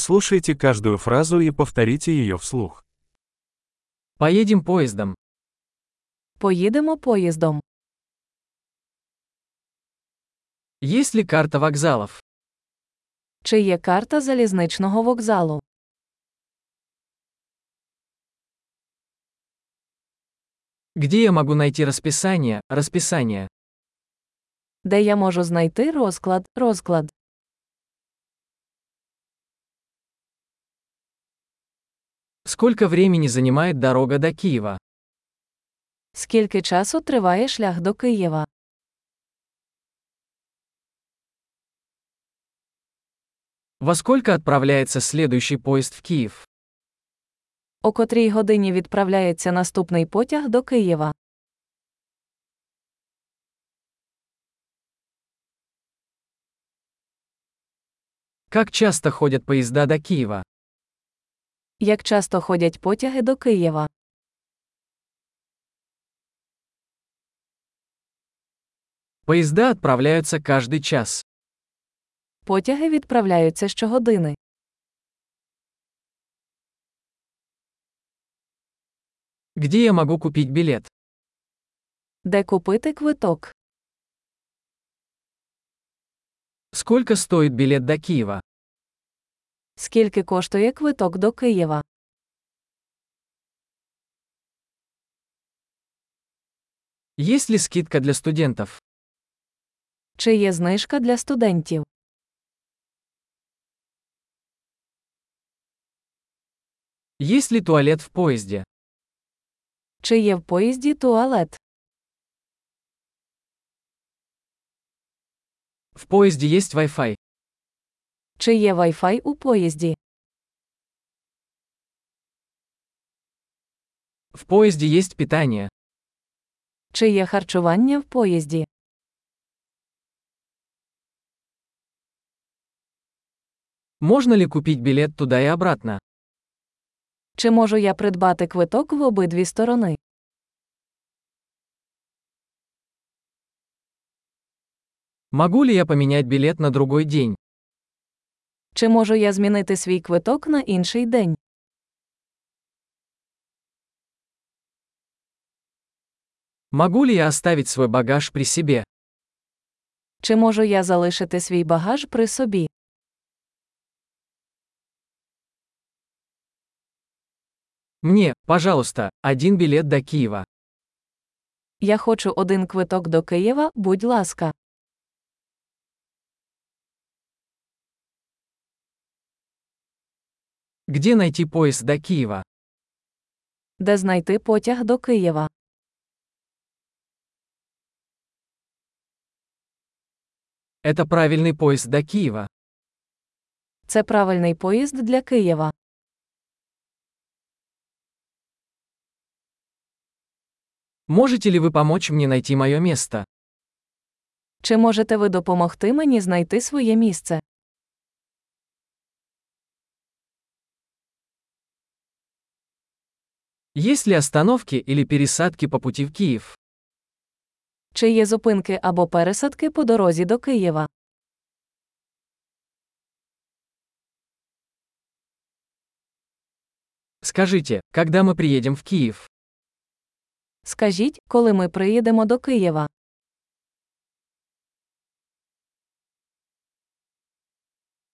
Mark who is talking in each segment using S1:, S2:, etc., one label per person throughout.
S1: Прослушайте каждую фразу и повторите ее вслух.
S2: Поедем поездом.
S3: Поїдемо поїздом.
S2: Есть ли карта вокзалов?
S3: Чи є карта залізничного вокзалу?
S2: Где я могу найти расписание, расписание?
S3: Де я можу знайти розклад, розклад?
S2: Сколько времени занимает дорога до Киева?
S3: Скільки часу триває шлях до Києва?
S2: Во сколько отправляется следующий поезд в Киев?
S3: О котрій годині відправляється наступний потяг до Києва?
S2: Как часто ходят поезда до Киева?
S3: Як часто ходять потяги до Києва?
S2: Поезда отправляются каждый час.
S3: Потяги відправляються щогодини.
S2: Где я могу купить билет?
S3: Де купити квиток?
S2: Сколько стоит билет до Киева?
S3: Скільки коштує квиток до Києва?
S2: Есть ли скидка для студентов?
S3: Чи є знижка для студентів?
S2: Есть ли туалет в поезде?
S3: Чи є в поїзді туалет?
S2: В поезде есть Wi-Fi.
S3: Чи є Wi-Fi у поїзді?
S2: В поезде есть питание.
S3: Чи є харчування в поїзді?
S2: Можно ли купить билет туда и обратно?
S3: Чи можу я придбати квиток в обидві сторони?
S2: Могу ли я поменять билет на другой день?
S3: Чи можу я змінити свій квиток на інший день?
S2: Могу ли я оставить свой багаж при себе?
S3: Чи можу я залишити свій багаж при собі?
S2: Мне, пожалуйста, один билет до Киева.
S3: Я хочу один квиток до Києва, будь ласка.
S2: Где найти поезд до Киева?
S3: Де знайти потяг до Києва?
S2: Это правильный поезд до Киева.
S3: Це правильний поїзд для Києва.
S2: Можете ли вы помочь мне найти мое место?
S3: Чи можете ви допомогти мені знайти своє місце?
S2: Есть ли остановки или пересадки по пути в Киев?
S3: Чи є зупинки або пересадки по дорозі до Києва?
S2: Скажите, когда мы приедем в Киев?
S3: Скажіть, коли ми приїдемо до Києва?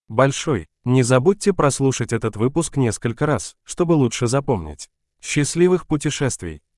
S1: Большой. Не забудьте прослушать этот выпуск несколько раз, чтобы лучше запомнить. Счастливых путешествий!